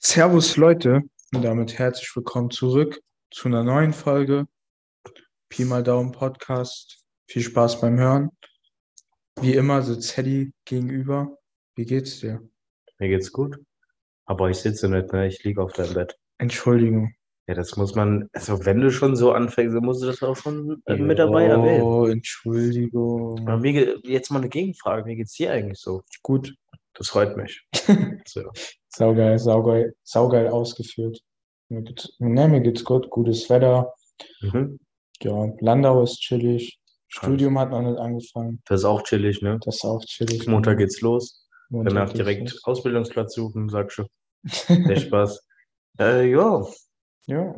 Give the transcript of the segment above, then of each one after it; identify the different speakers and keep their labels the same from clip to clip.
Speaker 1: Servus Leute und damit herzlich willkommen zurück zu einer neuen Folge Pi mal Daumen Podcast. Viel Spaß beim Hören. Wie immer sitzt Hedy gegenüber. Wie geht's dir?
Speaker 2: Mir geht's gut. Aber ich sitze nicht, ne? Ich liege auf deinem Bett.
Speaker 1: Entschuldigung.
Speaker 2: Ja, das muss man, also wenn du schon so anfängst, dann musst du das auch schon äh, mit dabei erwähnen.
Speaker 1: Oh, Entschuldigung.
Speaker 2: Aber mir, ge- jetzt mal eine Gegenfrage, wie geht's dir eigentlich so?
Speaker 1: Gut.
Speaker 2: Das freut mich. so.
Speaker 1: Saugeil, saugeil, saugeil ausgeführt. Mir geht's, ne, mir geht's gut. Gutes Wetter.
Speaker 2: mhm.
Speaker 1: Ja, Landau ist chillig. Studium hat noch nicht angefangen.
Speaker 2: Das ist auch chillig, ne?
Speaker 1: Das ist auch chillig.
Speaker 2: Montag geht's los.
Speaker 1: Montag
Speaker 2: Danach
Speaker 1: geht's
Speaker 2: direkt
Speaker 1: los.
Speaker 2: Ausbildungsplatz suchen, sagst du. Der Spaß. Äh, ja,
Speaker 1: Ja,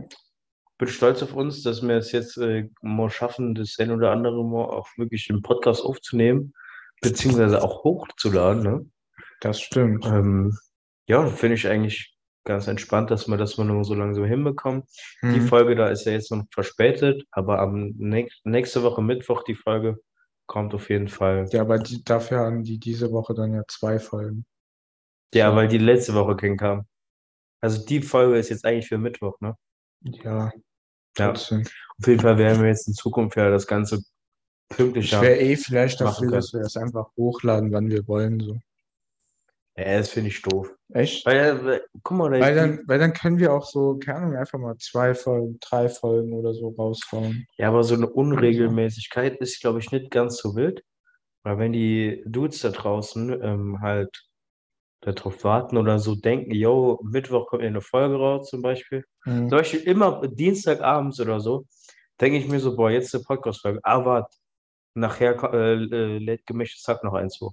Speaker 2: bin stolz auf uns, dass wir es jetzt äh, mal schaffen, das ein oder andere mal auch wirklich im Podcast aufzunehmen, beziehungsweise auch hochzuladen, ne?
Speaker 1: das stimmt.
Speaker 2: Ähm, ja, finde ich eigentlich ganz entspannt, dass wir das mal nur so langsam hinbekommen. Die
Speaker 1: Mhm.
Speaker 2: Folge da ist ja jetzt noch verspätet, aber am nächst, nächste Woche Mittwoch die Folge kommt auf jeden Fall.
Speaker 1: Ja, aber die, dafür haben die diese Woche dann ja zwei Folgen.
Speaker 2: Ja, weil die letzte Woche kein kam. Also die Folge ist jetzt eigentlich für Mittwoch, ne?
Speaker 1: Ja,
Speaker 2: Ja.
Speaker 1: trotzdem.
Speaker 2: Auf jeden Fall werden wir jetzt in Zukunft ja das Ganze
Speaker 1: Ich
Speaker 2: pünktlicher.
Speaker 1: wäre eh vielleicht dafür,
Speaker 2: Machen
Speaker 1: dass wir das einfach hochladen, wann wir wollen. So.
Speaker 2: Ja, das finde ich doof.
Speaker 1: Echt?
Speaker 2: Weil, äh, weil- guck mal, da
Speaker 1: Weil
Speaker 2: ist die-
Speaker 1: dann, weil dann können wir auch so, keine Ahnung, einfach mal zwei Folgen, drei Folgen oder so raushauen.
Speaker 2: Ja, aber so eine Unregelmäßigkeit ist, glaube ich, nicht ganz so wild. Weil wenn die Dudes da draußen ähm, halt darauf warten oder so denken, yo, Mittwoch kommt ja eine Folge raus zum Beispiel.
Speaker 1: Mhm.
Speaker 2: Zum Beispiel immer Dienstagabends oder so, denke ich mir so, boah, jetzt eine Podcast-Folge. Ah, warte, nachher ko- äh, äh, lädt gemischtes Hack noch eins hoch.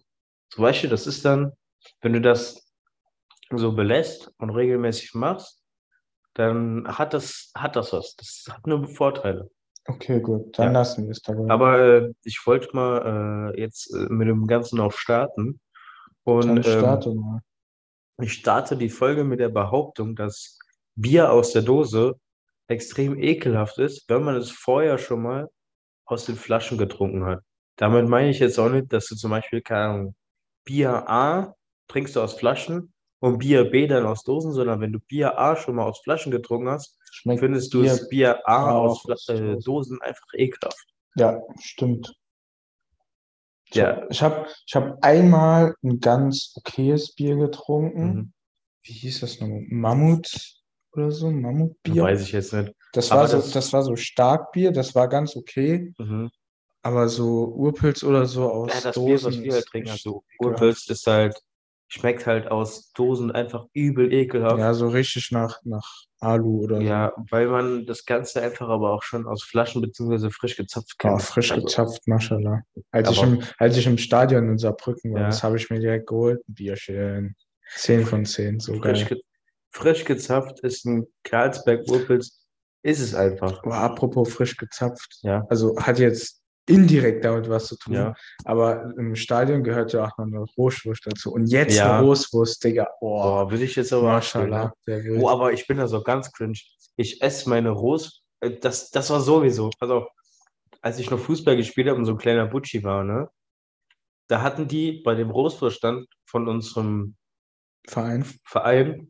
Speaker 2: Zum Beispiel, das ist dann, wenn du das so belässt und regelmäßig machst, dann hat das, hat das was. Das hat nur Vorteile.
Speaker 1: Okay, gut, dann
Speaker 2: Ja.
Speaker 1: lassen wir es dabei.
Speaker 2: Aber äh, ich wollte mal äh, jetzt äh, mit dem Ganzen auch starten.
Speaker 1: dann
Speaker 2: Und ähm,
Speaker 1: starte mal.
Speaker 2: ich starte die Folge mit der Behauptung, dass Bier aus der Dose extrem ekelhaft ist, wenn man es vorher schon mal aus den Flaschen getrunken hat. Damit meine ich jetzt auch nicht, dass du zum Beispiel, keine Ahnung, Bier A trinkst du aus Flaschen und Bier B dann aus Dosen, sondern wenn du Bier A schon mal aus Flaschen getrunken hast,
Speaker 1: Schmeckt.
Speaker 2: findest du
Speaker 1: Bier
Speaker 2: das Bier A
Speaker 1: A
Speaker 2: aus
Speaker 1: aus
Speaker 2: Fla- äh,
Speaker 1: Dosen.
Speaker 2: Dosen einfach ekelhaft.
Speaker 1: Ja, stimmt. Ich
Speaker 2: Ja.
Speaker 1: hab- Ich habe ich hab einmal ein ganz okayes Bier getrunken.
Speaker 2: Mhm.
Speaker 1: Wie hieß das nochmal? Mammut oder so? Mammutbier?
Speaker 2: Weiß ich jetzt nicht.
Speaker 1: Das
Speaker 2: Aber
Speaker 1: war so,
Speaker 2: das-
Speaker 1: das war so Starkbier, das war ganz okay, aber so Urpilz oder so aus
Speaker 2: Ja, das Bier,
Speaker 1: Dosen
Speaker 2: was wir halt
Speaker 1: ist
Speaker 2: trinken,
Speaker 1: echt-
Speaker 2: also Urpilz, ist halt, schmeckt halt aus Dosen einfach übel ekelhaft. Ja,
Speaker 1: ja, so richtig nach, nach Alu oder
Speaker 2: weil man das Ganze einfach aber auch schon aus Flaschen beziehungsweise frisch gezapft
Speaker 1: so.
Speaker 2: kennt.
Speaker 1: Oh, frisch
Speaker 2: Also,
Speaker 1: gezapft, Maschallah. Als ich
Speaker 2: Aber-
Speaker 1: im, als ich im Stadion in Saarbrücken war,
Speaker 2: Ja.
Speaker 1: das habe ich mir direkt geholt. Ein Bierchen. 10 von 10, so
Speaker 2: frisch,
Speaker 1: geil.
Speaker 2: ge frisch gezapft ist ein Karlsberg-Urpilz, ist es einfach.
Speaker 1: Aber apropos frisch gezapft,
Speaker 2: Ja.
Speaker 1: also hat jetzt indirekt damit was zu tun,
Speaker 2: Ja.
Speaker 1: aber im Stadion gehört ja auch noch eine Rohschwurst dazu. Und jetzt
Speaker 2: Ja.
Speaker 1: eine Rohschwurst, Digga. Oh,
Speaker 2: Boah, will ich jetzt aber
Speaker 1: Maschallah. Sehr wild.
Speaker 2: Oh, aber ich bin da so ganz cringe. Ich esse meine Ros. äh, Das, das war sowieso. Also, als ich noch Fußball gespielt habe und so ein kleiner Butschi war, ne? Da hatten die bei dem Rosverstand von unserem
Speaker 1: Verein.
Speaker 2: Verein,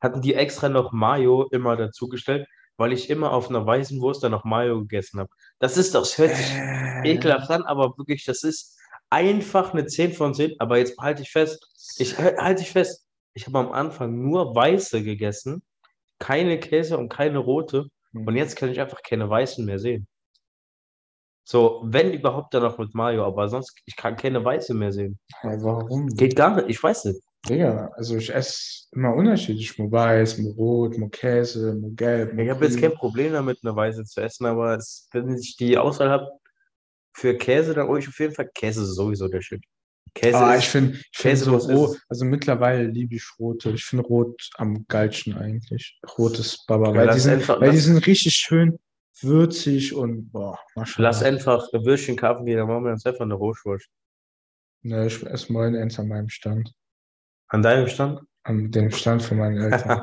Speaker 2: hatten die extra noch Mayo immer dazugestellt, weil ich immer auf einer weißen Wurst dann noch Mayo gegessen habe. Das ist doch, das hört sich
Speaker 1: Äh,
Speaker 2: ekelhaft an, aber wirklich, das ist einfach eine 10 von 10. Aber jetzt halte ich fest, ich äh, halte ich fest, ich habe am Anfang nur weiße gegessen, keine Käse und keine rote.
Speaker 1: Hm.
Speaker 2: Und jetzt kann ich einfach keine weißen mehr sehen. So, wenn überhaupt dann noch mit Mario, aber sonst, ich kann keine weiße mehr sehen.
Speaker 1: Ja, warum?
Speaker 2: Geht gar nicht, ich weiß nicht.
Speaker 1: Digga, also ich esse immer unterschiedlich. Mo weiß, mo rot, mo Käse, mo gelb, mo
Speaker 2: Ich habe jetzt
Speaker 1: grün.
Speaker 2: kein Problem damit, eine weiße zu essen, aber es, wenn ich die Auswahl habe für Käse, dann hole ich auf jeden Fall Käse ist sowieso der Shit. Käse
Speaker 1: Ah,
Speaker 2: ist,
Speaker 1: ich finde ich find
Speaker 2: Käse
Speaker 1: so
Speaker 2: muss
Speaker 1: rot,
Speaker 2: essen.
Speaker 1: also mittlerweile liebe ich rote. Ich finde rot am geilsten eigentlich. Rotes Baba,
Speaker 2: Ja,
Speaker 1: weil die
Speaker 2: lass
Speaker 1: sind,
Speaker 2: einfach-
Speaker 1: weil die
Speaker 2: lass-
Speaker 1: sind richtig schön würzig und boah, Maschallah.
Speaker 2: Lass einfach ein Würstchen kaufen gehen, dann machen wir uns einfach eine Rohschwurst.
Speaker 1: Ne, ich esse morgen eins an meinem Stand,
Speaker 2: An deinem Stand?
Speaker 1: an dem Stand von meinen Eltern.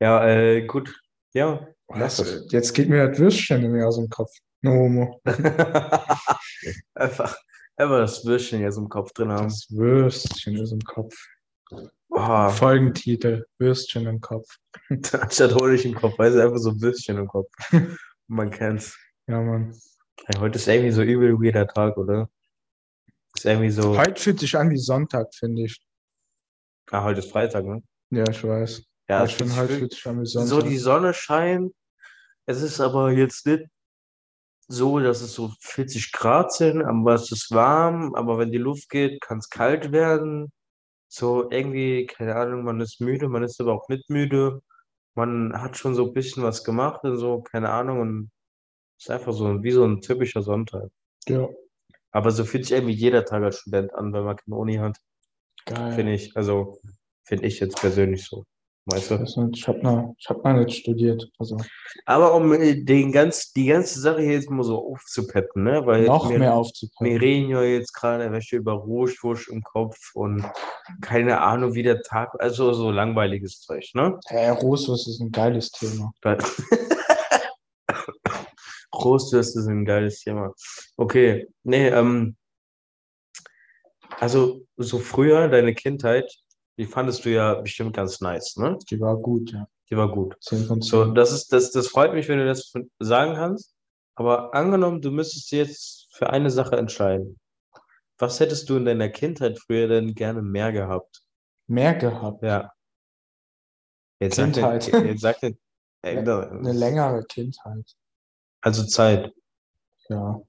Speaker 2: ja, äh, gut. Ja. lass
Speaker 1: Also, Jetzt geht mir das Würstchen mir aus dem Kopf. No homo.
Speaker 2: einfach, einfach das Würstchen jetzt im Kopf drin haben.
Speaker 1: Das Würstchen ist im Kopf.
Speaker 2: Oh,
Speaker 1: Folgentitel, Würstchen im Kopf.
Speaker 2: anstatt Honig im Kopf, weiß ich einfach so ein bisschen im Kopf. Man kennt's.
Speaker 1: Ja, Mann.
Speaker 2: Ey, heute ist irgendwie so übel weirder Tag, oder? Ist irgendwie so.
Speaker 1: Heute fühlt sich an wie Sonntag, finde ich.
Speaker 2: Ah, heute ist Freitag, ne?
Speaker 1: Ja, ich weiß.
Speaker 2: Ja, halt
Speaker 1: ich
Speaker 2: es
Speaker 1: finde,
Speaker 2: fühlt
Speaker 1: heute
Speaker 2: sich
Speaker 1: fühlt sich an wie Sonntag.
Speaker 2: So, die Sonne scheint. Es ist aber jetzt nicht so, dass es so 40 Grad sind, aber es ist warm. Aber wenn die Luft geht, kann es kalt werden. So irgendwie, keine Ahnung, man ist müde, man ist aber auch nicht müde. Man hat schon so ein bisschen was gemacht und so, keine Ahnung. Und es ist einfach so wie so ein typischer Sonntag.
Speaker 1: ja,
Speaker 2: Aber so fühlt sich irgendwie jeder Tag als Student an, weil man keine Uni hat,
Speaker 1: geil.
Speaker 2: finde ich. Also, finde ich jetzt persönlich so. Weißt du?
Speaker 1: Weiß nicht, Ich habe noch, ich hab noch nicht studiert. Also
Speaker 2: Aber um äh, den ganz, die ganze Sache hier jetzt mal so aufzupeppen, ne? Weil jetzt
Speaker 1: noch
Speaker 2: mir,
Speaker 1: mehr aufzupacken.
Speaker 2: Wir reden ja jetzt gerade, welche über Rotwurst im Kopf und keine Ahnung, wie der Tag, also so langweiliges Zeug, ne?
Speaker 1: Hey, Roswurst ist ein geiles Thema.
Speaker 2: Weil- Rotwürste sind ein geiles Thema. Okay, nee, ähm, also so früher, deine Kindheit, die fandest du ja bestimmt ganz nice, ne?
Speaker 1: Die war gut, ja.
Speaker 2: Die war gut.
Speaker 1: 10 von 10.
Speaker 2: So, das ist, das, das freut mich, wenn du das von- sagen kannst. Aber angenommen, du müsstest jetzt für eine Sache entscheiden. Was hättest du in deiner Kindheit früher denn gerne mehr gehabt?
Speaker 1: Mehr gehabt.
Speaker 2: Ja. Jetzt sag den,
Speaker 1: Kindheit.
Speaker 2: jetzt sag den, ey,
Speaker 1: Ne-
Speaker 2: da-
Speaker 1: Eine längere Kindheit.
Speaker 2: genau. also Zeit.
Speaker 1: Ja.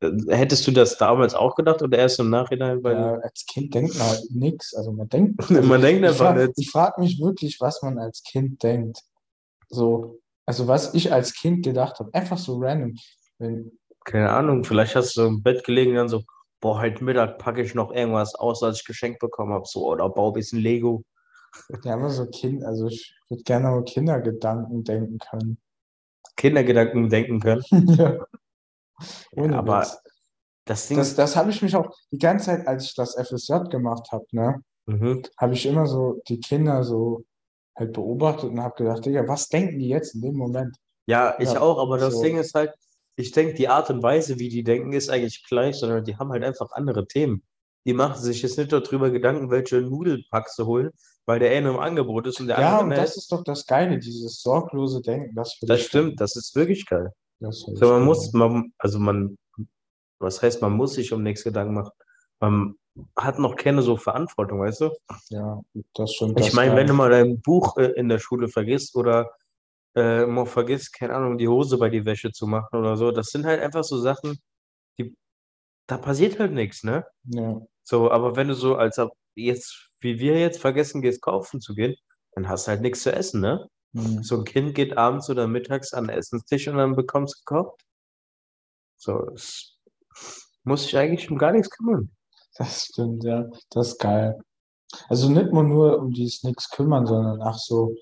Speaker 2: Äh, Hättest du das damals auch gedacht oder erst im Nachhinein? Weil
Speaker 1: ja. Als Kind denkt man halt nichts. Also man denkt.
Speaker 2: man denkt
Speaker 1: Ich, fra
Speaker 2: einfach nicht.
Speaker 1: ich frage mich wirklich, was man als Kind denkt. So, also was ich als Kind gedacht habe, einfach so random. Wenn,
Speaker 2: Keine Ahnung, vielleicht hast du im Bett gelegen und dann so, boah, heute Mittag packe ich noch irgendwas aus, was ich geschenkt bekommen habe. So, oder baue ein bisschen Lego.
Speaker 1: ja, aber so Kind, also ich würde gerne auch Kindergedanken denken können.
Speaker 2: Kindergedanken denken können.
Speaker 1: ja. Ohne
Speaker 2: aber
Speaker 1: Witz.
Speaker 2: Das Ding
Speaker 1: das, das habe ich mich auch die ganze Zeit, als ich das FSJ gemacht habe, ne,
Speaker 2: Mhm.
Speaker 1: habe ich immer so die Kinder so halt beobachtet und habe gedacht, Digga, was denken die jetzt in dem Moment?
Speaker 2: Ja, ich
Speaker 1: Ja,
Speaker 2: auch, aber das
Speaker 1: so.
Speaker 2: Ding ist halt, ich denke, die Art und Weise, wie die denken, ist eigentlich gleich, sondern die haben halt einfach andere Themen. Die machen sich jetzt nicht darüber Gedanken, welche Nudelpacks sie holen, weil der eine im Angebot ist und der
Speaker 1: Ja,
Speaker 2: andere
Speaker 1: und
Speaker 2: nicht.
Speaker 1: das ist doch das Geile, dieses sorglose Denken, das finde
Speaker 2: ne. Das
Speaker 1: ich-
Speaker 2: stimmt, das ist wirklich geil.
Speaker 1: Das finde
Speaker 2: So,
Speaker 1: ich
Speaker 2: man
Speaker 1: geil.
Speaker 2: muss, man, also man, was heißt, man muss sich um nichts Gedanken machen. Man hat noch keine so Verantwortung, weißt du?
Speaker 1: Ja, das stimmt.
Speaker 2: Ich
Speaker 1: das
Speaker 2: meine, wenn
Speaker 1: Geile.
Speaker 2: du mal dein Buch äh, in der Schule vergisst oder äh, mal vergisst, keine Ahnung, die Hose bei die Wäsche zu machen oder so, das sind halt einfach so Sachen, die, da passiert halt nichts, ne?
Speaker 1: Ja,
Speaker 2: So, aber wenn du so als ab- jetzt, wie wir jetzt vergessen gehst, kaufen zu gehen, dann hast du halt nichts zu essen, ne?
Speaker 1: hm.
Speaker 2: So ein Kind geht abends oder mittags an den Essenstisch und dann bekommst du gekocht. So, es muss sich eigentlich um gar nichts kümmern.
Speaker 1: Das stimmt, ja. Das ist geil. Also nicht mal nur um dieses Nichts kümmern, sondern auch so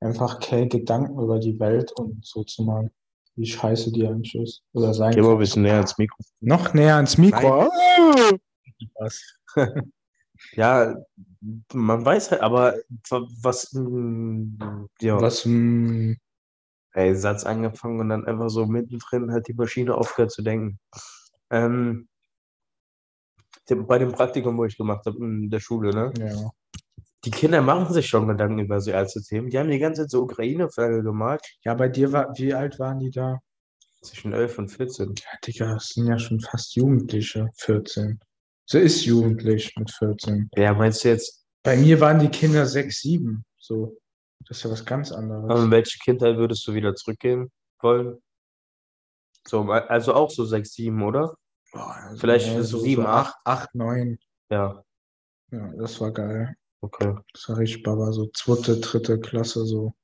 Speaker 1: einfach keine Gedanken über die Welt und so zu machen, wie scheiße die eigentlich ist. Oder sein
Speaker 2: Geh mal ein bisschen näher ans Mikro.
Speaker 1: Noch näher ans Mikro. Ah! Was?
Speaker 2: Ja, man weiß halt, aber wa- was, mm, ja,
Speaker 1: Was? mm,
Speaker 2: Ey, Satz angefangen und dann einfach so mittendrin hat die Maschine aufgehört zu denken. Ähm, dem- bei dem Praktikum, wo ich gemacht habe in der Schule, ne?
Speaker 1: Ja.
Speaker 2: Die Kinder machen sich schon Gedanken über so ernste Themen. Die haben die ganze Zeit so Ukraine-Flagge gemalt,
Speaker 1: ja, bei dir war, wie alt waren die da?
Speaker 2: zwischen 11 und 14.
Speaker 1: Ja, Digga, das sind ja schon fast Jugendliche, 14. So ist jugendlich mit 14.
Speaker 2: Ja, meinst du jetzt,
Speaker 1: Bei mir waren die Kinder 6, 7. So. Das ist ja was ganz anderes.
Speaker 2: an welche Kindheit würdest du wieder zurückgehen wollen? So, also auch so 6, 7, oder?
Speaker 1: Boah, also,
Speaker 2: Vielleicht
Speaker 1: ja,
Speaker 2: so sieben,
Speaker 1: acht, acht, neun.
Speaker 2: Ja,
Speaker 1: Ja, das war geil.
Speaker 2: okay.
Speaker 1: Das war richtig Baba, so zweite, dritte Klasse, so.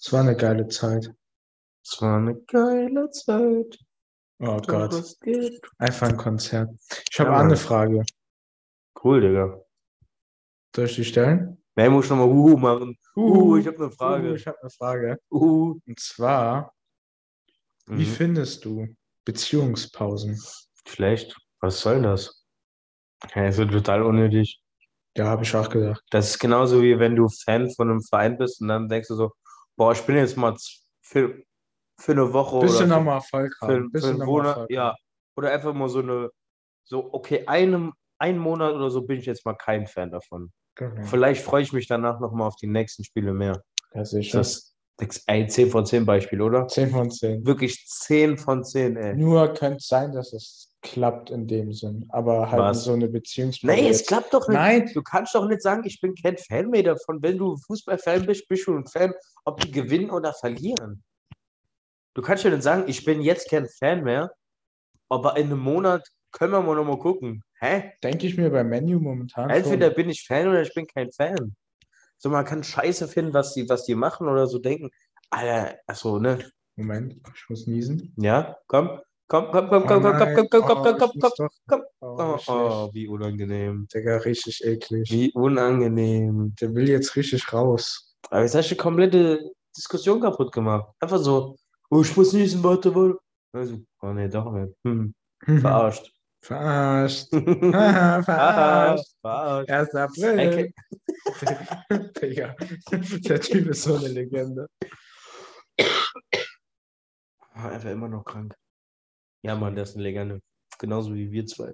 Speaker 1: Es war eine geile Zeit.
Speaker 2: Es war eine geile Zeit.
Speaker 1: Oh
Speaker 2: doch
Speaker 1: Gott,
Speaker 2: es geht.
Speaker 1: einfach ein Konzert. Ich habe
Speaker 2: Ja,
Speaker 1: auch eine
Speaker 2: Mann.
Speaker 1: Frage.
Speaker 2: Cool, Digga.
Speaker 1: Soll ich die stellen?
Speaker 2: Nein, muss schon mal Huhu machen. Huhu, ich habe eine Frage.
Speaker 1: Uh, ich habe eine Frage.
Speaker 2: Uhu.
Speaker 1: Und zwar, wie
Speaker 2: Mhm.
Speaker 1: findest du Beziehungspausen?
Speaker 2: Schlecht. Was soll das? Ja, es wird total unnötig.
Speaker 1: Ja, habe ich auch gedacht.
Speaker 2: Das ist genauso wie wenn du Fan von einem Verein bist und dann denkst du so, boah, ich bin jetzt mal z- für, für eine Woche
Speaker 1: Bist du
Speaker 2: oder
Speaker 1: nochmal Erfolg
Speaker 2: für, Oh, für,
Speaker 1: haben? Bist
Speaker 2: für
Speaker 1: du
Speaker 2: einen
Speaker 1: nochmal
Speaker 2: Monat,
Speaker 1: Erfolg
Speaker 2: ja.
Speaker 1: haben?
Speaker 2: Oder einfach mal so eine, so, okay, einem, einen Monat oder so bin ich jetzt mal kein Fan davon.
Speaker 1: Genau.
Speaker 2: Vielleicht freue ich mich danach nochmal auf die nächsten Spiele mehr.
Speaker 1: Das ist schon
Speaker 2: Das ist ein 10 von 10 Beispiel, oder?
Speaker 1: 10 von 10.
Speaker 2: Wirklich 10 von 10, ey.
Speaker 1: Nur könnte es sein, dass es klappt in dem Sinn. Aber halt
Speaker 2: Was?
Speaker 1: so eine Beziehungsproblem.
Speaker 2: Nee, es klappt doch nicht.
Speaker 1: Nein,
Speaker 2: Du kannst doch nicht sagen, ich bin kein Fan mehr davon. Wenn du Fußballfan bist, bist du ein Fan, ob die gewinnen oder verlieren. Du kannst ja nicht sagen, ich bin jetzt kein Fan mehr, aber in einem Monat können wir mal nochmal gucken. Hä?
Speaker 1: denke ich mir bei Menu momentan
Speaker 2: Entweder
Speaker 1: schon.
Speaker 2: bin ich Fan oder ich bin kein Fan. So, man kann Scheiße finden, was die, was die machen oder so denken. Alter, achso, ne?
Speaker 1: Moment, ich muss niesen.
Speaker 2: Ja, komm, komm, komm, komm, komm, komm, komm, komm, komm, komm, komm, komm, komm. komm. Oh,
Speaker 1: komm.
Speaker 2: oh, wie unangenehm.
Speaker 1: Digga, richtig eklig.
Speaker 2: Wie unangenehm.
Speaker 1: Der will jetzt richtig raus.
Speaker 2: Aber jetzt hast du die komplette Diskussion kaputt gemacht. Einfach so, oh, ich muss niesen, warte, warte. Also, oh nee, doch nicht. Hm, verarscht.
Speaker 1: Verarscht. Haha,
Speaker 2: Ah,
Speaker 1: Verarscht.
Speaker 2: verarscht.
Speaker 1: 1. April. Digga, der Typ ist so eine Legende.
Speaker 2: Ah, Einfach immer noch krank. Ja, Mann, der ist eine Legende. Genauso wie wir zwei.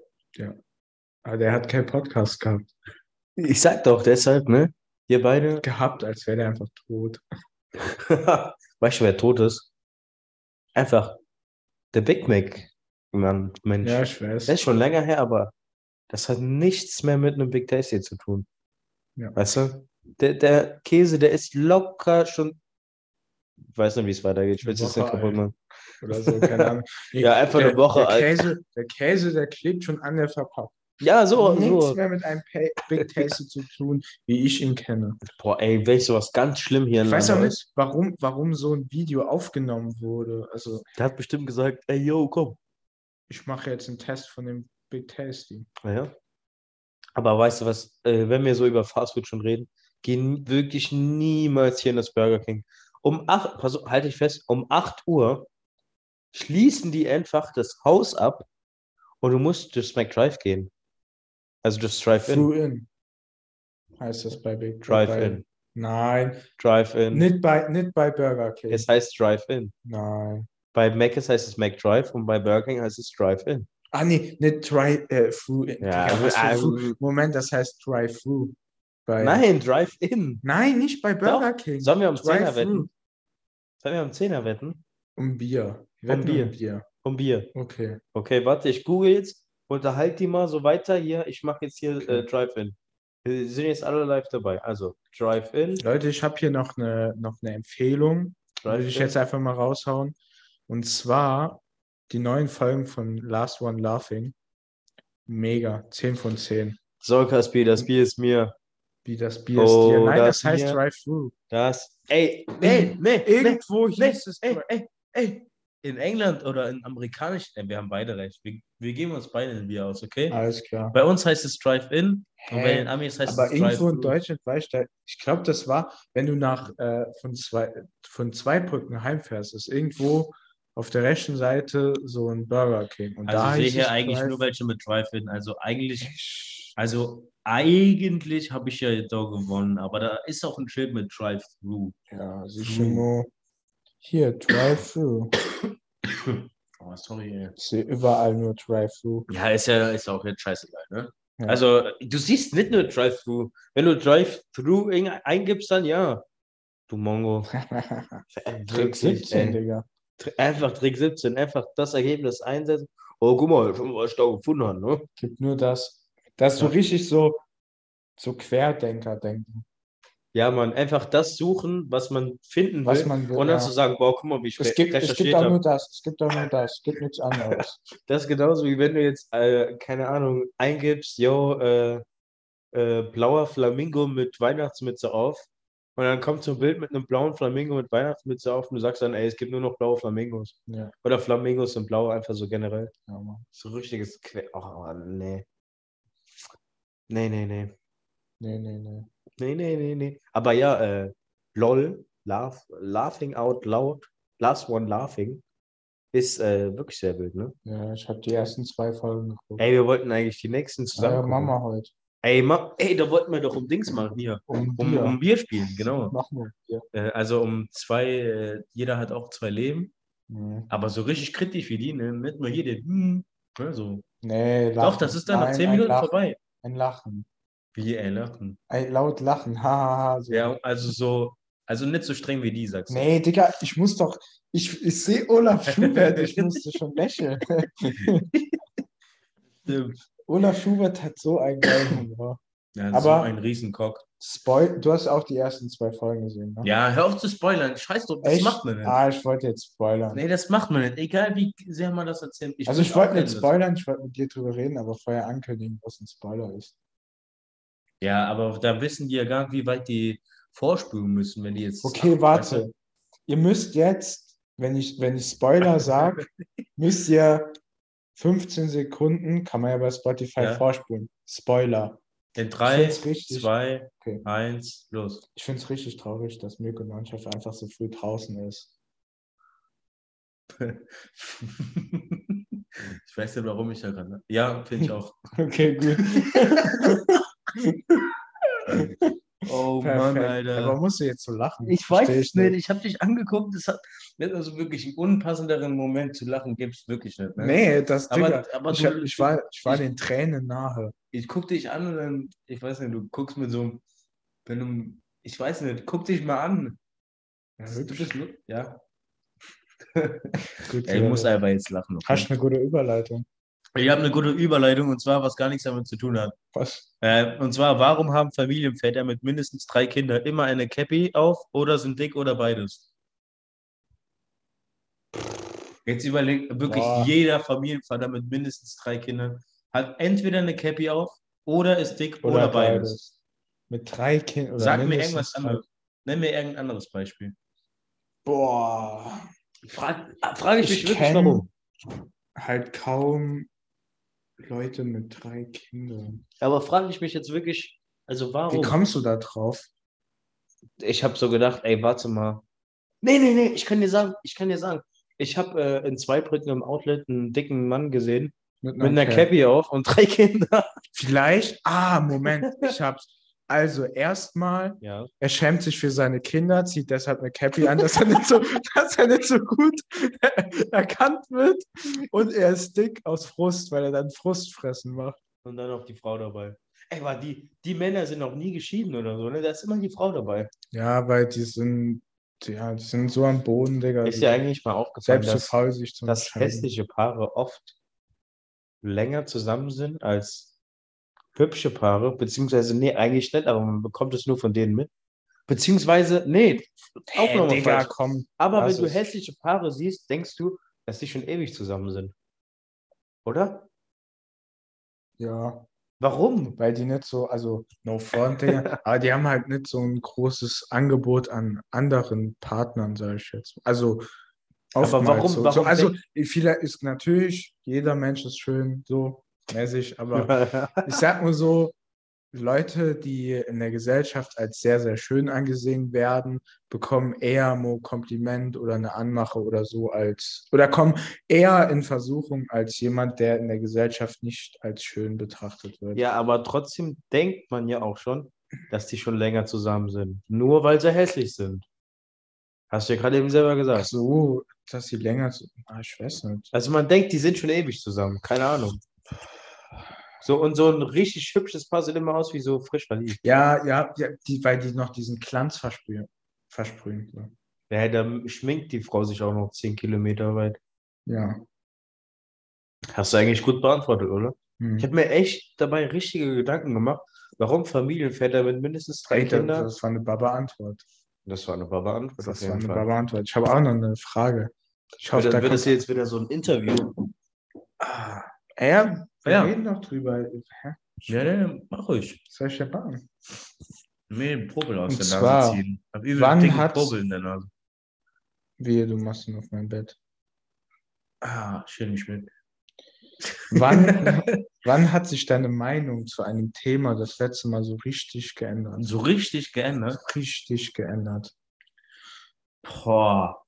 Speaker 1: Aber der hat keinen Podcast gehabt.
Speaker 2: Ich sag doch, deshalb, ne? Ihr beide.
Speaker 1: Gehabt, als wäre der einfach tot.
Speaker 2: weißt du, wer tot ist? Einfach der Big Mac, Mann, Mensch.
Speaker 1: Ja, ich weiß.
Speaker 2: Das ist schon länger her, aber das hat nichts mehr mit einem Big Tasty zu tun.
Speaker 1: Ja.
Speaker 2: Weißt du? Der, der Käse, der ist locker schon. Ich weiß nicht, wie es weitergeht. Ich will es jetzt
Speaker 1: Woche
Speaker 2: nicht kaputt
Speaker 1: alt.
Speaker 2: machen.
Speaker 1: Oder so, keine Ahnung.
Speaker 2: Ja, einfach eine Woche
Speaker 1: der
Speaker 2: alt.
Speaker 1: Käse, der Käse, der klebt schon an der Verpackung.
Speaker 2: Ja, so,
Speaker 1: Nichts
Speaker 2: so.
Speaker 1: mehr mit einem Pa- Big Tasty zu tun, wie ich ihn kenne.
Speaker 2: Boah, ey, wäre ich sowas ganz schlimm hier in
Speaker 1: Ich weiß auch
Speaker 2: Landau.
Speaker 1: nicht, warum, warum so ein Video aufgenommen wurde. Also,
Speaker 2: Der hat bestimmt gesagt, ey, yo, komm.
Speaker 1: ich mache jetzt einen Test von dem Big Tasty.
Speaker 2: Naja. Aber weißt du was, äh, wenn wir so über Fastfood schon reden, gehen wirklich niemals hier in das Burger King. Um 8, pass, auf, halte ich fest, um 8 Uhr schließen die einfach das Haus ab und du musst durchs McDrive gehen. Also durchs Drive-In.
Speaker 1: Through-in. Heißt das bei Big
Speaker 2: Drive-In.
Speaker 1: Nein,
Speaker 2: Drive-In.
Speaker 1: nicht bei, nicht bei Burger King.
Speaker 2: Es heißt Drive-In.
Speaker 1: Nein.
Speaker 2: Bei Mc's heißt es McDrive und bei Burger King heißt es Drive-In.
Speaker 1: Ah, nee, nicht try, äh, through-in.
Speaker 2: Ja,
Speaker 1: Digga, was für
Speaker 2: also-
Speaker 1: through- Moment, das heißt drive-through. Bei-
Speaker 2: Nein, Drive-In.
Speaker 1: Nein, nicht bei Burger King.
Speaker 2: Sollen wir um 10er
Speaker 1: Drive-thru.
Speaker 2: wetten? Sollen wir um 10er wetten?
Speaker 1: Um Bier. Wir
Speaker 2: Um
Speaker 1: wetten
Speaker 2: Bier.
Speaker 1: Um Bier.
Speaker 2: Um Bier.
Speaker 1: Okay.
Speaker 2: Okay, warte, ich google jetzt. Unterhalt die mal so weiter hier. Ich mache jetzt hier
Speaker 1: Okay.
Speaker 2: äh, Drive-In. Wir sind jetzt alle live dabei. Also Drive-In,
Speaker 1: Leute, ich habe hier noch eine, noch eine Empfehlung. Würde ich
Speaker 2: Drive-In.
Speaker 1: jetzt einfach mal raushauen. Und zwar die neuen Folgen von Last One Laughing. Mega. 10 von 10.
Speaker 2: So, Kaspi, das Bier ist mir.
Speaker 1: Wie das Bier
Speaker 2: Oh,
Speaker 1: ist dir. Nein,
Speaker 2: das
Speaker 1: das, heißt
Speaker 2: Bier.
Speaker 1: Drive-Thru.
Speaker 2: Das. Ey, nee, nee, nee,
Speaker 1: Irgendwo
Speaker 2: nee,
Speaker 1: hieß es.
Speaker 2: ey,
Speaker 1: Dri-
Speaker 2: ey, ey. In England oder in amerikanisch. Ey, wir haben beide recht. Wir, wir geben uns beide ein Bier aus, okay?
Speaker 1: Alles klar.
Speaker 2: Bei uns heißt es Drive-In und bei
Speaker 1: Hä?
Speaker 2: den Amis heißt
Speaker 1: Aber
Speaker 2: es
Speaker 1: irgendwo in
Speaker 2: Drive-In.
Speaker 1: Deutschland war ich da. Ich glaube, das war, wenn du nach äh, von zwei von Zweibrücken heimfährst, ist irgendwo auf der rechten Seite so ein Burger King. Und da
Speaker 2: Also ich
Speaker 1: hieß
Speaker 2: sehe
Speaker 1: es
Speaker 2: hier eigentlich
Speaker 1: Drive-
Speaker 2: nur welche mit Drive-In. Also eigentlich
Speaker 1: Ich-
Speaker 2: Also eigentlich habe ich ja jetzt auch gewonnen, aber da ist auch ein Schild mit Drive-Thru.
Speaker 1: Ja, siehst du mal. Hier, Drive-Thru.
Speaker 2: Oh, sorry. ey.
Speaker 1: Ich sehe überall nur Drive-Thru.
Speaker 2: Ja, ist ja ist auch jetzt scheißegal, ne?
Speaker 1: Ja.
Speaker 2: Also, du siehst nicht nur Drive-Thru. Wenn du Drive-Thru ein- eingibst, dann ja. Du Mongo. Äh,
Speaker 1: Trick
Speaker 2: wirklich,
Speaker 1: 17,
Speaker 2: ey.
Speaker 1: Digga.
Speaker 2: Tr- Einfach Trick 17, einfach das Ergebnis einsetzen. Oh, guck mal, schon was ich da gefunden habe, ne?
Speaker 1: Gibt nur das. Das ist so
Speaker 2: Ja.
Speaker 1: richtig so, so Querdenker denken.
Speaker 2: Ja, man, einfach das suchen, was man finden
Speaker 1: Was
Speaker 2: will.
Speaker 1: man will.
Speaker 2: und dann
Speaker 1: ja.
Speaker 2: zu sagen, boah, guck mal, wie ich
Speaker 1: es
Speaker 2: re-
Speaker 1: gibt, es gibt
Speaker 2: recherchiert
Speaker 1: auch
Speaker 2: habe.
Speaker 1: nur das. Es gibt auch nur das. Es gibt nichts anderes.
Speaker 2: Das ist genauso wie wenn du jetzt, äh, keine Ahnung, eingibst, yo, äh, äh, blauer Flamingo mit Weihnachtsmütze auf. Und dann kommt so ein Bild mit einem blauen Flamingo mit Weihnachtsmütze auf und du sagst dann, ey, es gibt nur noch blaue Flamingos.
Speaker 1: Ja.
Speaker 2: Oder Flamingos und blau einfach so generell.
Speaker 1: Ja, Mann.
Speaker 2: So richtiges Quer. Ach, aber nee. Nee, nee, nee.
Speaker 1: Nee, nee, nee.
Speaker 2: Nee, nee, nee, nee. Aber ja, äh, LOL, laugh, Laughing Out Loud, Last One Laughing, ist äh, wirklich sehr wild, ne?
Speaker 1: Ja, ich habe die ersten zwei Folgen geguckt.
Speaker 2: Ey, wir wollten eigentlich die nächsten
Speaker 1: Ah,
Speaker 2: zusammen.
Speaker 1: ja,
Speaker 2: gucken.
Speaker 1: Mama heute.
Speaker 2: Ey, ma ey, da wollten wir doch um Dings machen hier.
Speaker 1: Um
Speaker 2: Um,
Speaker 1: Bier.
Speaker 2: um Bier spielen, genau.
Speaker 1: Machen wir Bier.
Speaker 2: Äh, also um zwei, äh, jeder hat auch zwei Leben,
Speaker 1: Nee.
Speaker 2: aber so richtig kritisch wie die, ne? Nicht nur hier den, hm, ne, so.
Speaker 1: Nee,
Speaker 2: Doch,
Speaker 1: Lachen.
Speaker 2: das ist dann nach
Speaker 1: Nein,
Speaker 2: zehn
Speaker 1: ein
Speaker 2: Minuten
Speaker 1: Lachen.
Speaker 2: vorbei.
Speaker 1: Ein Lachen.
Speaker 2: Wie, ey, lachen.
Speaker 1: Ey, laut lachen, hahaha. so.
Speaker 2: Ja, also so, also nicht so streng wie die, sagst du.
Speaker 1: Nee, Digga, ich muss doch, ich, ich sehe Olaf Schubert, ich musste schon lächeln.
Speaker 2: Stimmt.
Speaker 1: Olaf Schubert hat so einen geilen Humor.
Speaker 2: Ja, so
Speaker 1: Aber-
Speaker 2: ein Riesenkock.
Speaker 1: Spoil du hast auch die ersten zwei Folgen gesehen, ne?
Speaker 2: Ja, hör auf zu spoilern. Scheiß doch, das
Speaker 1: Echt?
Speaker 2: macht man nicht.
Speaker 1: Ah, ich wollte jetzt spoilern.
Speaker 2: Nee, das macht man nicht. Egal wie sehr man das erzählt.
Speaker 1: also ich
Speaker 2: bin auch
Speaker 1: wollte nicht
Speaker 2: kein-
Speaker 1: spoilern, ich wollte mit dir drüber reden, aber vorher ankündigen, was ein Spoiler ist.
Speaker 2: Ja, aber da wissen die ja gar nicht, wie weit die vorspülen müssen, wenn die jetzt.
Speaker 1: Okay, warte. Ihr müsst jetzt, wenn ich, wenn ich Spoiler sage, müsst ihr 15 Sekunden, kann man ja bei Spotify
Speaker 2: Ja.
Speaker 1: vorspulen. Spoiler.
Speaker 2: In
Speaker 1: ich
Speaker 2: 3,
Speaker 1: find's richtig,
Speaker 2: 2,
Speaker 1: Okay.
Speaker 2: 1, los.
Speaker 1: ich find's richtig traurig, dass Mirko Mannschaft einfach so früh draußen ist.
Speaker 2: ich weiß nicht, warum ich da gerade. ne? Ja, finde ich auch.
Speaker 1: Okay, gut.
Speaker 2: Oh
Speaker 1: Perfekt. Aber musst du jetzt so lachen?
Speaker 2: Ich weiß
Speaker 1: Versteh
Speaker 2: es nicht. Ich habe dich angeguckt. Das hat, wenn also wirklich einen unpassenderen Moment zu lachen gibt es wirklich nicht. Ne?
Speaker 1: Nee, das
Speaker 2: aber,
Speaker 1: Digga,
Speaker 2: aber
Speaker 1: ich,
Speaker 2: du,
Speaker 1: hab, ich war, ich war
Speaker 2: ich-
Speaker 1: den Tränen nahe.
Speaker 2: ich guck dich an und dann, ich weiß nicht, du guckst mit so einem, wenn du, ich weiß nicht, guck dich mal an. du bist, lu- ja.
Speaker 1: Gut,
Speaker 2: Ey, ich
Speaker 1: Leute.
Speaker 2: muss einfach jetzt lachen. okay?
Speaker 1: Hast eine gute Überleitung.
Speaker 2: Ich habe eine gute Überleitung und zwar, was gar nichts damit zu tun hat.
Speaker 1: Was?
Speaker 2: Äh, und zwar, warum haben Familienväter mit mindestens drei Kindern immer eine Cappy auf oder sind dick oder beides? Jetzt überlegt wirklich
Speaker 1: Boah.
Speaker 2: jeder Familienvater mit mindestens drei Kindern hat entweder eine Cappy auf oder ist dick oder, beides.
Speaker 1: Mit drei Kindern. oder
Speaker 2: Sag mir
Speaker 1: mindestens
Speaker 2: irgendwas
Speaker 1: drei-
Speaker 2: anderes. Nenn mir irgendein anderes Beispiel.
Speaker 1: Boah.
Speaker 2: Frage frag ich dich wirklich,
Speaker 1: kenn
Speaker 2: warum.
Speaker 1: Halt kaum Leute mit drei Kindern.
Speaker 2: Aber frage ich mich jetzt wirklich, also
Speaker 1: Wie
Speaker 2: warum?
Speaker 1: kommst du da drauf?
Speaker 2: Ich habe so gedacht, ey, warte mal. Nee, nee, nee, ich kann dir sagen, ich kann dir sagen. Ich habe äh, in Zweibrücken im Outlet einen dicken Mann gesehen, mit einer
Speaker 1: Cap.
Speaker 2: Cappy auf und drei Kinder.
Speaker 1: Vielleicht. Ah, Moment, ich hab's. Also erstmal,
Speaker 2: Ja.
Speaker 1: er schämt sich für seine Kinder, zieht deshalb eine Cappy an, dass er nicht so, dass er nicht so gut erkannt wird. Und er ist dick aus Frust, weil er dann Frustfressen macht.
Speaker 2: Und dann noch die Frau dabei. Ey, aber die, die Männer sind noch nie geschieden oder so, ne? Da ist immer die Frau dabei.
Speaker 1: Ja, weil die sind, ja, die sind so am Boden, Digga.
Speaker 2: Ist
Speaker 1: Die
Speaker 2: ja
Speaker 1: sind
Speaker 2: eigentlich mal aufgefallen,
Speaker 1: selbst zu
Speaker 2: dass,
Speaker 1: faul, sich zu
Speaker 2: dass
Speaker 1: entscheiden.
Speaker 2: hässliche Paare oft länger zusammen sind als hübsche Paare, beziehungsweise, nee, eigentlich nicht, aber man bekommt es nur von denen mit. Beziehungsweise, nee, auch
Speaker 1: Hey,
Speaker 2: nochmal
Speaker 1: Digga,
Speaker 2: falsch.
Speaker 1: komm.
Speaker 2: Aber
Speaker 1: Das
Speaker 2: wenn du
Speaker 1: ist-
Speaker 2: hässliche Paare siehst, denkst du, dass die schon ewig zusammen sind. Oder?
Speaker 1: Ja,
Speaker 2: Warum?
Speaker 1: weil die nicht so, also no front, Digga, aber die haben halt nicht so ein großes Angebot an anderen Partnern, sage ich jetzt. Also
Speaker 2: Aber
Speaker 1: oftmals
Speaker 2: warum-
Speaker 1: so. so.
Speaker 2: warum
Speaker 1: also vielleicht ist natürlich, jeder Mensch ist schön, so mäßig, aber ich sag nur so, Leute, die in der Gesellschaft als sehr, sehr schön angesehen werden, bekommen eher mo Kompliment oder eine Anmache oder so als, oder kommen eher in Versuchung als jemand, der in der Gesellschaft nicht als schön betrachtet wird.
Speaker 2: ja, aber trotzdem denkt man ja auch schon, dass die schon länger zusammen sind. Nur weil sie hässlich sind. Hast du ja gerade eben selber
Speaker 1: Ach
Speaker 2: gesagt.
Speaker 1: so, dass sie länger. so- Ah, ich weiß nicht.
Speaker 2: Also man denkt, die sind schon ewig zusammen. Keine Ahnung. So, und so ein richtig hübsches Paar sieht immer aus wie so frisch verliebt.
Speaker 1: Ja, ja, ja die, weil die noch diesen Glanz versprühen. versprühen so.
Speaker 2: Ja, da schminkt die Frau sich auch noch 10 Kilometer weit.
Speaker 1: Ja.
Speaker 2: Hast du eigentlich gut beantwortet, oder?
Speaker 1: Hm.
Speaker 2: Ich habe mir echt dabei richtige Gedanken gemacht, warum Familienväter mit mindestens drei
Speaker 1: Ey, das,
Speaker 2: Kindern. Das,
Speaker 1: das war eine Baba-Antwort.
Speaker 2: war eine Baba-Antwort auf
Speaker 1: Das war
Speaker 2: jeden
Speaker 1: eine
Speaker 2: Fall.
Speaker 1: Baba-Antwort. Ich habe auch noch eine Frage. Ich hoffe, da
Speaker 2: dann wird es
Speaker 1: kommt.
Speaker 2: jetzt wieder so ein Interview.
Speaker 1: Ah, ja, wir
Speaker 2: Ja.
Speaker 1: reden noch drüber. Hä?
Speaker 2: Ja, ja, mach ruhig.
Speaker 1: Was soll ich denn machen?
Speaker 2: Nee, Probel aus
Speaker 1: Und
Speaker 2: der
Speaker 1: zwar,
Speaker 2: Nase ziehen. Hab übel
Speaker 1: wann
Speaker 2: dicke
Speaker 1: hat's-
Speaker 2: Probel in der Nase.
Speaker 1: Wehe, du machst ihn auf mein Bett.
Speaker 2: Ah, schön nicht mit.
Speaker 1: Wann, wann hat sich deine Meinung zu einem Thema das letzte Mal so richtig geändert?
Speaker 2: So richtig geändert.
Speaker 1: Richtig geändert.
Speaker 2: Boah,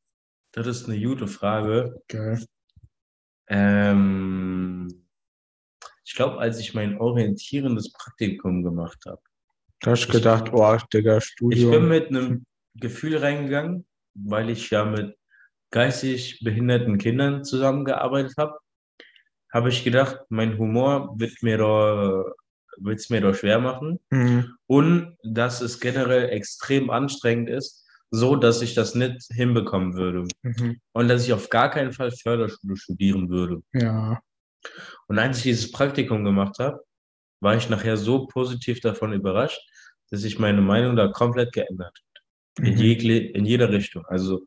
Speaker 2: das ist eine gute Frage.
Speaker 1: Geil.
Speaker 2: Ähm, ich glaube, als ich mein orientierendes Praktikum gemacht habe.
Speaker 1: Da hast du gedacht, oh, Digga,
Speaker 2: Ich
Speaker 1: Studium.
Speaker 2: bin mit einem Gefühl reingegangen, weil ich ja mit geistig behinderten Kindern zusammengearbeitet habe. Habe ich gedacht, mein Humor wird mir da willst du mir doch schwer machen.
Speaker 1: Mhm.
Speaker 2: Und dass es generell extrem anstrengend ist, so dass ich das nicht hinbekommen würde.
Speaker 1: Mhm.
Speaker 2: Und dass ich auf gar keinen Fall Förderschule studieren würde.
Speaker 1: Ja.
Speaker 2: Und als ich dieses Praktikum gemacht habe, war ich nachher so positiv davon überrascht, dass sich meine Meinung da komplett geändert hat. in,
Speaker 1: Mhm.
Speaker 2: jegle, in jeder Richtung. Also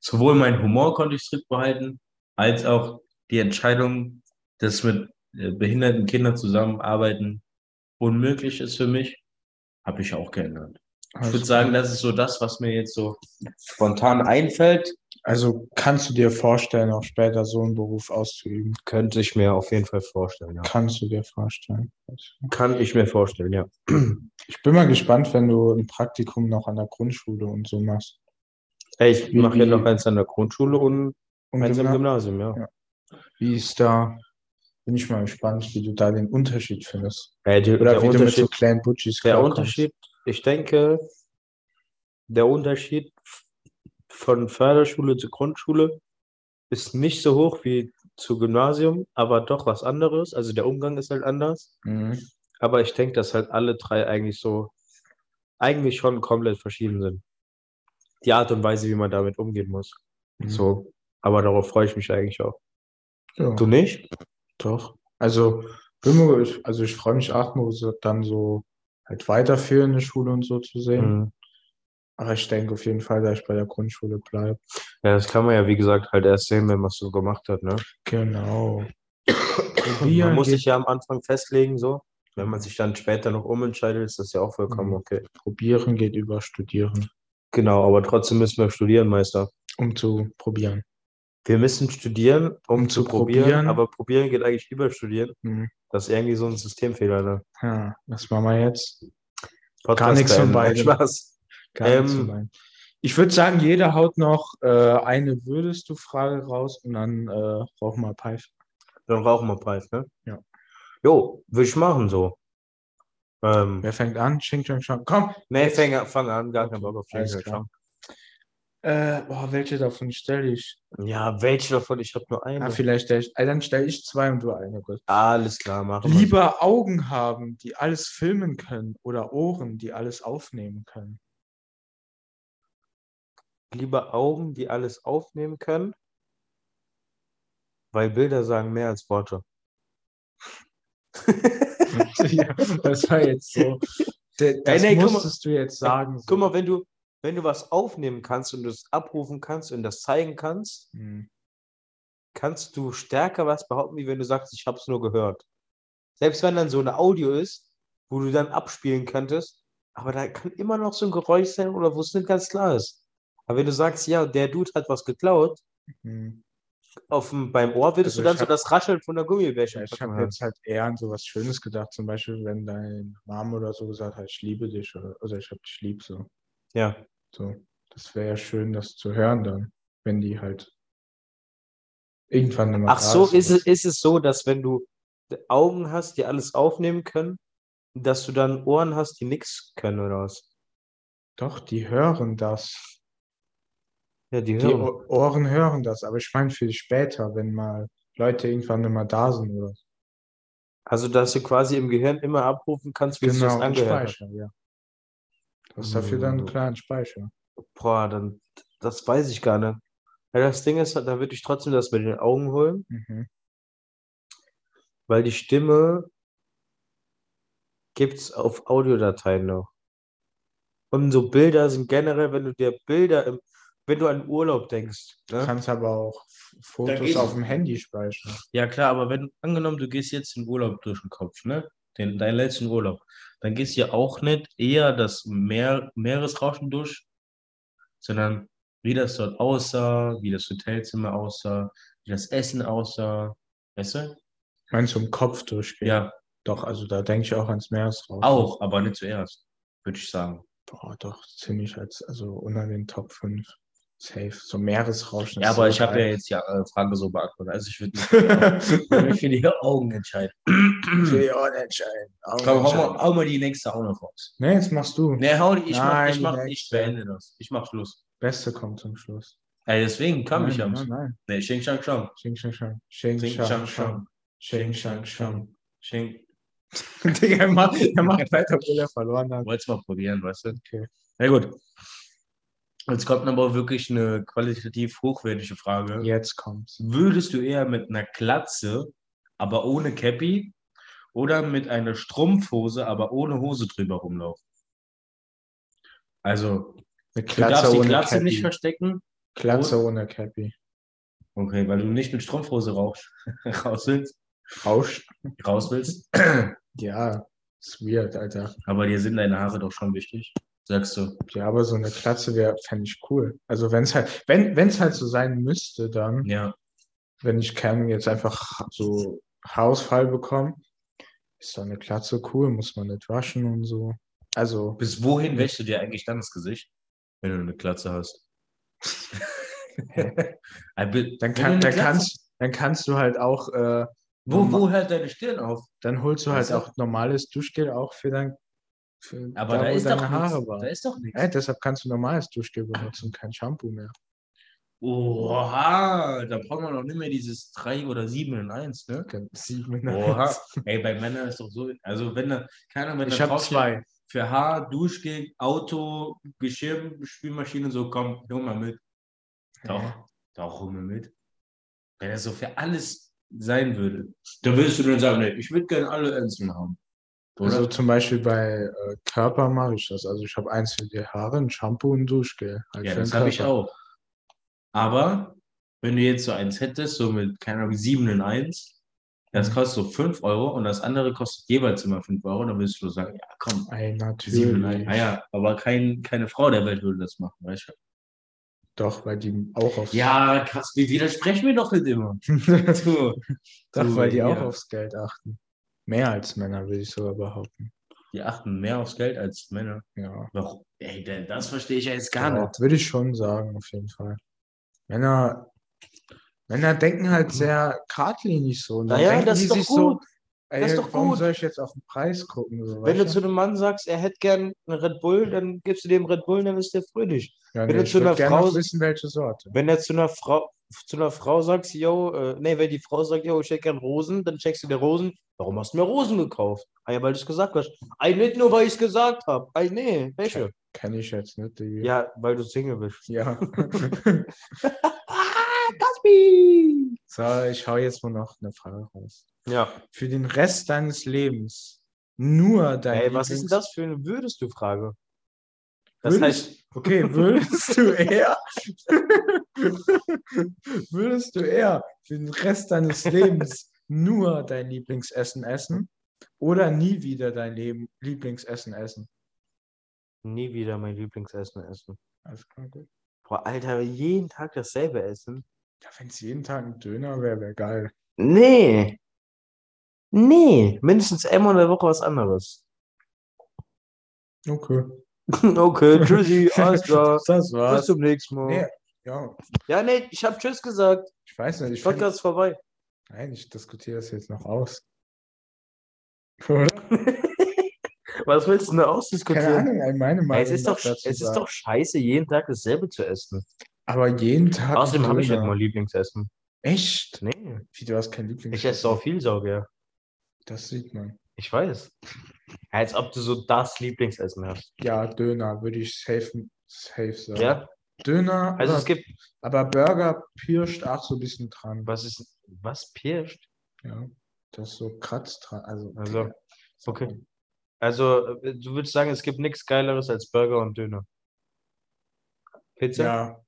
Speaker 2: sowohl mein Humor konnte ich zurückbehalten, als auch die Entscheidung, dass mit äh, behinderten Kindern zusammenarbeiten unmöglich ist für mich, habe ich auch geändert. Ich
Speaker 1: Also-
Speaker 2: würde sagen, das ist so das, was mir jetzt so spontan einfällt.
Speaker 1: Also kannst du dir vorstellen, auch später so einen Beruf auszuüben?
Speaker 2: Könnte ich mir auf jeden Fall vorstellen, ja.
Speaker 1: Kannst du dir vorstellen?
Speaker 2: Kann ich mir vorstellen, ja.
Speaker 1: Ich bin mal gespannt, wenn du ein Praktikum noch an der Grundschule und so machst.
Speaker 2: Ey, ich
Speaker 1: Wie-
Speaker 2: mache ja
Speaker 1: wie-
Speaker 2: noch eins an der Grundschule und
Speaker 1: Und
Speaker 2: eins im
Speaker 1: Gymna-
Speaker 2: Gymnasium, ja.
Speaker 1: Ja. wie ist da? Bin ich mal gespannt, wie du da den Unterschied findest.
Speaker 2: Ey, die,
Speaker 1: Oder
Speaker 2: der
Speaker 1: wie du mit so
Speaker 2: Unterschied,
Speaker 1: kleinen Budgis
Speaker 2: der
Speaker 1: klarkommst.
Speaker 2: Unterschied, ich denke, der Unterschied f- von Förderschule zu Grundschule ist nicht so hoch wie zu Gymnasium, aber doch was anderes. Also der Umgang ist halt anders.
Speaker 1: Mhm.
Speaker 2: Aber ich denke, dass halt alle drei eigentlich so, eigentlich schon komplett verschieden sind. Die Art und Weise, wie man damit umgehen muss.
Speaker 1: Mhm.
Speaker 2: So. Aber darauf freue ich mich eigentlich auch.
Speaker 1: Ja,
Speaker 2: Du nicht?
Speaker 1: doch. Also, bin mir, ich- also ich freue mich auch nur so, dann so halt weiterführende Schule und so zu sehen.
Speaker 2: Mhm.
Speaker 1: Aber ich denke auf jeden Fall, dass ich bei der Grundschule bleibe.
Speaker 2: Ja, das kann man ja, wie gesagt, halt erst sehen, wenn man es so gemacht hat, ne?
Speaker 1: Genau.
Speaker 2: Man
Speaker 1: Probieren
Speaker 2: muss
Speaker 1: geht-
Speaker 2: sich ja am Anfang festlegen, so. Wenn man sich dann später noch umentscheidet, ist das ja auch vollkommen
Speaker 1: Mhm.
Speaker 2: okay.
Speaker 1: Probieren geht über Studieren,
Speaker 2: Genau, aber trotzdem müssen wir studieren, Meister.
Speaker 1: um zu probieren.
Speaker 2: Wir müssen studieren, um,
Speaker 1: Um
Speaker 2: zu
Speaker 1: zu
Speaker 2: probieren,
Speaker 1: probieren.
Speaker 2: aber probieren geht eigentlich über studieren.
Speaker 1: Mhm.
Speaker 2: Das ist irgendwie so ein Systemfehler, ne?
Speaker 1: Ja, was machen wir jetzt?
Speaker 2: Podcast
Speaker 1: nichts von
Speaker 2: beenden.
Speaker 1: beidem.
Speaker 2: Spaß.
Speaker 1: Gar
Speaker 2: Ähm.
Speaker 1: nicht zu meinen. Ich würde sagen, jeder haut noch äh, eine würdest du Frage raus und dann äh, rauchen wir Pfeife.
Speaker 2: Dann rauchen wir Pfeife, ne?
Speaker 1: Ja.
Speaker 2: Jo, würde ich machen so. Ähm,
Speaker 1: Wer fängt an? Ching, ching, ching. Komm.
Speaker 2: nee, fang, an- fang an, gar
Speaker 1: Okay,
Speaker 2: kein Bock auf
Speaker 1: alles
Speaker 2: Jingle,
Speaker 1: klar. Äh, boah, welche davon stelle ich?
Speaker 2: ciao. Ja, welche davon? Ich habe nur eine.
Speaker 1: Ah, vielleicht stelle ich. Ah, dann stelle ich zwei und du eine. Gut.
Speaker 2: Alles klar, machen wir.
Speaker 1: Lieber Augen haben, die alles filmen können, oder Ohren, die alles aufnehmen können.
Speaker 2: Lieber Augen, die alles aufnehmen können, weil Bilder sagen mehr als Worte.
Speaker 1: ja, das war jetzt so. Das, das
Speaker 2: nee, guck mal.
Speaker 1: musstest du jetzt sagen. So.
Speaker 2: Guck mal, wenn du, wenn du was aufnehmen kannst und das abrufen kannst und das zeigen kannst,
Speaker 1: Hm.
Speaker 2: kannst du stärker was behaupten, wie wenn du sagst, ich habe es nur gehört. Selbst wenn dann so eine Audio ist, wo du dann abspielen könntest, aber da kann immer noch so ein Geräusch sein oder wo es nicht ganz klar ist. Aber wenn du sagst, ja, der Dude hat was geklaut,
Speaker 1: Hm.
Speaker 2: auf dem, beim Ohr würdest
Speaker 1: Also
Speaker 2: du dann
Speaker 1: ich
Speaker 2: so
Speaker 1: hab-
Speaker 2: das Rascheln von der Gummibärchen.
Speaker 1: Ja, ich habe jetzt halt eher an sowas Schönes gedacht, zum Beispiel, wenn dein Mom oder so gesagt hat, ich liebe dich oder, oder ich hab dich lieb, so.
Speaker 2: ja.
Speaker 1: so. Das wäre ja schön, das zu hören dann, wenn die halt irgendwann immer
Speaker 2: Ach
Speaker 1: da
Speaker 2: so, ist
Speaker 1: oder
Speaker 2: es, ist es so, dass wenn du Augen hast, die alles aufnehmen können, dass du dann Ohren hast, die nichts können oder was?
Speaker 1: Doch, die hören das.
Speaker 2: Ja, die
Speaker 1: Die
Speaker 2: hören.
Speaker 1: Ohr- Ohren hören das, aber ich meine für später, wenn mal Leute irgendwann immer da sind oder so.
Speaker 2: also, dass du quasi im Gehirn immer abrufen kannst, wie es sich
Speaker 1: Genau,
Speaker 2: das
Speaker 1: ein
Speaker 2: angehört hat.
Speaker 1: Speicher, ja. Du hast dafür dann einen
Speaker 2: Hm.
Speaker 1: kleinen Speicher.
Speaker 2: Boah, dann, das weiß ich gar nicht. Ja, das Ding ist, da würde ich trotzdem das mit den Augen holen,
Speaker 1: Mhm.
Speaker 2: weil die Stimme gibt es auf Audiodateien noch. Und so Bilder sind generell, wenn du dir Bilder im, wenn du an Urlaub denkst,
Speaker 1: Du
Speaker 2: ne?
Speaker 1: kannst aber auch F- Fotos
Speaker 2: geht's.
Speaker 1: auf dem Handy speichern.
Speaker 2: Ja, klar, aber wenn, angenommen, du gehst jetzt in Urlaub durch den Kopf, ne? Den, deinen letzten Urlaub, dann gehst du ja auch nicht eher das Meer, Meeresrauschen durch, sondern wie das dort aussah, wie das Hotelzimmer aussah, wie das Essen aussah. Weißt du?
Speaker 1: Meinst du im Kopf durchgehen?
Speaker 2: Ja,
Speaker 1: Doch, also da denke ich auch ans Meeresrauschen.
Speaker 2: auch, aber nicht zuerst, würde ich sagen.
Speaker 1: Boah, doch, ziemlich als, also unter den Top 5. Safe. So Meeresrauschen.
Speaker 2: Ja,
Speaker 1: ist
Speaker 2: aber
Speaker 1: so
Speaker 2: ich habe ja
Speaker 1: geil.
Speaker 2: jetzt die äh, Frage so beantwortet. Also ich würde
Speaker 1: ja
Speaker 2: mich für die Augen entscheiden.
Speaker 1: will auch nicht entscheiden. Auch
Speaker 2: Komm,
Speaker 1: nicht
Speaker 2: hau mal,
Speaker 1: entscheiden.
Speaker 2: hau mal die nächste auch noch raus.
Speaker 1: Nee, jetzt machst du.
Speaker 2: Nee, hau die, ich mach, ich
Speaker 1: Nein,
Speaker 2: mach,
Speaker 1: die
Speaker 2: ich
Speaker 1: nächste.
Speaker 2: beende das. Ich mach Schluss.
Speaker 1: Beste kommt zum Schluss.
Speaker 2: Ey, deswegen kam
Speaker 1: nein,
Speaker 2: ich am.
Speaker 1: nein, nein.
Speaker 2: Nee, Xing Shang Shang.
Speaker 1: Xing, Shang, Shang. Xing,
Speaker 2: Xing
Speaker 1: Shang,
Speaker 2: Shang
Speaker 1: Shang.
Speaker 2: Shang.
Speaker 1: Xing, Shang, Shang.
Speaker 2: Xing.
Speaker 1: Digga, er macht, er macht weiter, obwohl er verloren hat.
Speaker 2: Wollt's mal probieren, weißt du?
Speaker 1: Okay.
Speaker 2: Na gut. Jetzt kommt aber wirklich eine qualitativ hochwertige Frage.
Speaker 1: Jetzt kommt's.
Speaker 2: Würdest du eher mit einer Glatze, aber ohne Cappy, oder mit einer Strumpfhose, aber ohne Hose drüber rumlaufen? Also,
Speaker 1: Eine
Speaker 2: du darfst
Speaker 1: Klatze
Speaker 2: die
Speaker 1: ohne
Speaker 2: Glatze
Speaker 1: Cappy.
Speaker 2: nicht verstecken.
Speaker 1: Glatze ohne Cappy.
Speaker 2: Okay, weil du nicht mit Strumpfhose rausch, raus willst.
Speaker 1: Rausch.
Speaker 2: Raus willst.
Speaker 1: Ja, ist weird, Alter.
Speaker 2: Aber dir sind deine Haare doch schon wichtig, sagst du.
Speaker 1: Ja, aber so eine Klatze wäre, fände ich cool. Also wenn's halt, wenn wenn's halt so sein müsste, dann,
Speaker 2: Ja.
Speaker 1: wenn ich keinen jetzt einfach so Haarausfall bekomme, ist doch eine Klatze cool, muss man nicht waschen und so. Also,
Speaker 2: Bis wohin wäschst du dir eigentlich dann das Gesicht, wenn du eine Glatze hast? Ein Bi-
Speaker 1: dann, kann,
Speaker 2: Wenn du
Speaker 1: dann,
Speaker 2: eine Glatze-
Speaker 1: kannst, dann kannst du halt auch, äh,
Speaker 2: Wo, wo hört deine Stirn auf?
Speaker 1: dann holst du halt
Speaker 2: Also-
Speaker 1: auch normales Duschgel auch für dein, für
Speaker 2: Aber da,
Speaker 1: wo
Speaker 2: ist doch
Speaker 1: deine Haare
Speaker 2: nichts. Da
Speaker 1: waren.
Speaker 2: ist doch nichts.
Speaker 1: Ey, deshalb kannst du normales Duschgel benutzen, kein Shampoo mehr.
Speaker 2: Oha, da braucht man doch nicht mehr dieses 3 oder 7 in 1, ne?
Speaker 1: Sieben in
Speaker 2: Oha.
Speaker 1: eins.
Speaker 2: Ey, bei Männern ist doch so, also wenn da, keine Ahnung, wenn
Speaker 1: Ich
Speaker 2: da
Speaker 1: habe
Speaker 2: draufsteht,
Speaker 1: zwei.
Speaker 2: für Haar, Duschgel, Auto, Geschirr, Spülmaschine, so, komm, hol mal mit. Doch, doch, hol mal mit. Wenn das so für alles sein würde, dann würdest du dann sagen, nee, ich würde gerne alle einzeln haben. Oder?
Speaker 1: Also zum Beispiel bei äh, Körper mache ich das. Also ich habe eins für die Haare, ein Shampoo und ein Duschgel. Halt
Speaker 2: ja,
Speaker 1: für
Speaker 2: das
Speaker 1: den
Speaker 2: habe ich
Speaker 1: Körper.
Speaker 2: auch. Aber wenn du jetzt so eins hättest, so mit, keine Ahnung, 7 in 1, das
Speaker 1: Mhm.
Speaker 2: kostet so 5 Euro und das andere kostet jeweils immer 5 Euro, dann würdest du sagen, ja, komm,
Speaker 1: Ey,
Speaker 2: 7 in 1.
Speaker 1: natürlich.
Speaker 2: Ah ja, aber kein, keine Frau der Welt würde das machen, weißt du?
Speaker 1: Doch, weil die auch aufs
Speaker 2: Ja, krass, wie widersprechen wir doch nicht immer.
Speaker 1: Doch,
Speaker 2: Du,
Speaker 1: weil die auch
Speaker 2: ja.
Speaker 1: aufs Geld achten. Mehr als Männer, würde ich sogar behaupten.
Speaker 2: die achten mehr aufs Geld als Männer.
Speaker 1: Ja.
Speaker 2: Warum? Ey, denn das verstehe ich ja ne. jetzt gar
Speaker 1: ja,
Speaker 2: nicht.
Speaker 1: Würde ich schon sagen, auf jeden Fall. Männer, Männer denken
Speaker 2: Mhm.
Speaker 1: halt sehr geradlinig so. Und dann denken die sich so, ey,
Speaker 2: Das ist doch
Speaker 1: warum
Speaker 2: gut.
Speaker 1: soll ich jetzt auf den Preis gucken? So,
Speaker 2: Wenn du
Speaker 1: weißt
Speaker 2: zu einem Mann sagst, er hätte gern einen Red Bull, dann gibst du dem Red Bull, dann ist der fröhlich.
Speaker 1: ja,
Speaker 2: wenn du
Speaker 1: ich
Speaker 2: zu
Speaker 1: würd
Speaker 2: einer
Speaker 1: gerne noch
Speaker 2: Frau-
Speaker 1: wissen, welche Sorte.
Speaker 2: Wenn er zu einer Frau, zu einer Frau sagst, yo, äh, nee, wenn die Frau sagt, yo, ich hätte gern Rosen, dann checkst du dir Rosen. Warum hast du mir Rosen gekauft? Ah ja, weil du es gesagt hast. Ey, nicht nur, weil ich es gesagt habe. Ey, nee, welche?
Speaker 1: Kenne ich jetzt nicht. Die,
Speaker 2: Ja, weil du Single bist.
Speaker 1: ja.
Speaker 2: Ah, Caspi!
Speaker 1: So, ich hau jetzt mal noch eine Frage raus.
Speaker 2: Ja.
Speaker 1: Für den Rest deines Lebens nur dein
Speaker 2: Ey, was ist denn
Speaker 1: Lieblings-
Speaker 2: das für eine würdest du Frage? Das
Speaker 1: Würdest-
Speaker 2: heißt,
Speaker 1: Okay, würdest du eher würdest du eher für den Rest deines Lebens nur dein Lieblingsessen essen oder nie wieder dein Leben Lieblingsessen essen?
Speaker 2: nie wieder mein Lieblingsessen essen.
Speaker 1: Alles klar, gut.
Speaker 2: Boah, Alter, jeden Tag dasselbe essen?
Speaker 1: Ja, wenn es jeden Tag ein Döner wäre, wäre geil.
Speaker 2: Nee. Nee, mindestens einmal in der Woche was anderes.
Speaker 1: Okay.
Speaker 2: okay, Äh, tschüssi, alles klar.
Speaker 1: Das
Speaker 2: Bis
Speaker 1: war's.
Speaker 2: zum nächsten Mal.
Speaker 1: Nee. Ja,
Speaker 2: Ja, nee, ich hab Tschüss gesagt.
Speaker 1: ich weiß nicht. Ich find-
Speaker 2: Podcast vorbei.
Speaker 1: Nein, ich diskutiere das jetzt noch aus. Oder?
Speaker 2: Was willst du denn
Speaker 1: Keine
Speaker 2: ausdiskutieren?
Speaker 1: Ahnung, meine Meinung
Speaker 2: Ey, es ist
Speaker 1: noch
Speaker 2: doch, sch-
Speaker 1: dazu
Speaker 2: es ist
Speaker 1: sagen.
Speaker 2: doch scheiße, jeden Tag dasselbe zu essen.
Speaker 1: Aber jeden Tag.
Speaker 2: Außerdem habe ich nicht
Speaker 1: Döner.
Speaker 2: mal Lieblingsessen.
Speaker 1: Echt?
Speaker 2: Nee,
Speaker 1: Wie, du hast kein
Speaker 2: ich
Speaker 1: Lieblingsessen.
Speaker 2: esse auch viel Sauger.
Speaker 1: Das sieht man.
Speaker 2: Ich weiß. Als ob du so das Lieblingsessen hast.
Speaker 1: Ja, Döner würde ich safe, safe sagen.
Speaker 2: Ja?
Speaker 1: Döner,
Speaker 2: Also
Speaker 1: aber,
Speaker 2: es gibt,
Speaker 1: aber Burger pirscht auch so ein bisschen dran.
Speaker 2: was ist, was pirscht?
Speaker 1: Ja, das ist so kratzt dran. Also,
Speaker 2: Also,
Speaker 1: Digga, sag
Speaker 2: okay.
Speaker 1: mal.
Speaker 2: Also äh, du würdest sagen, es gibt nichts Geileres als Burger und Döner. Pizza?
Speaker 1: Ja.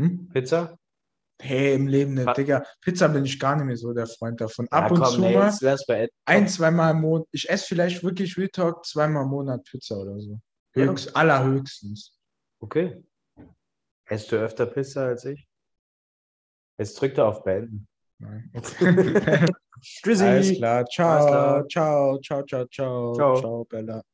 Speaker 1: Hm?
Speaker 2: Pizza?
Speaker 1: Hey, im Leben nicht,
Speaker 2: Was?
Speaker 1: Digga. Pizza bin ich gar nicht mehr so der Freund davon. Ab
Speaker 2: Ja,
Speaker 1: und
Speaker 2: komm,
Speaker 1: zu
Speaker 2: nee,
Speaker 1: mal.
Speaker 2: jetzt lass bei Ed.
Speaker 1: ein, zweimal im Monat. Ich esse vielleicht wirklich Real Talk zweimal im Monat Pizza oder so.
Speaker 2: Ja.
Speaker 1: Höchst, Allerhöchstens.
Speaker 2: Okay. Esst du öfter Pizza als ich? Jetzt drückt er auf Beenden.
Speaker 1: Nein. Alles klar. Ciao,
Speaker 2: Alles klar.
Speaker 1: ciao, ciao, ciao, ciao.
Speaker 2: Ciao.
Speaker 1: Ciao, Bella.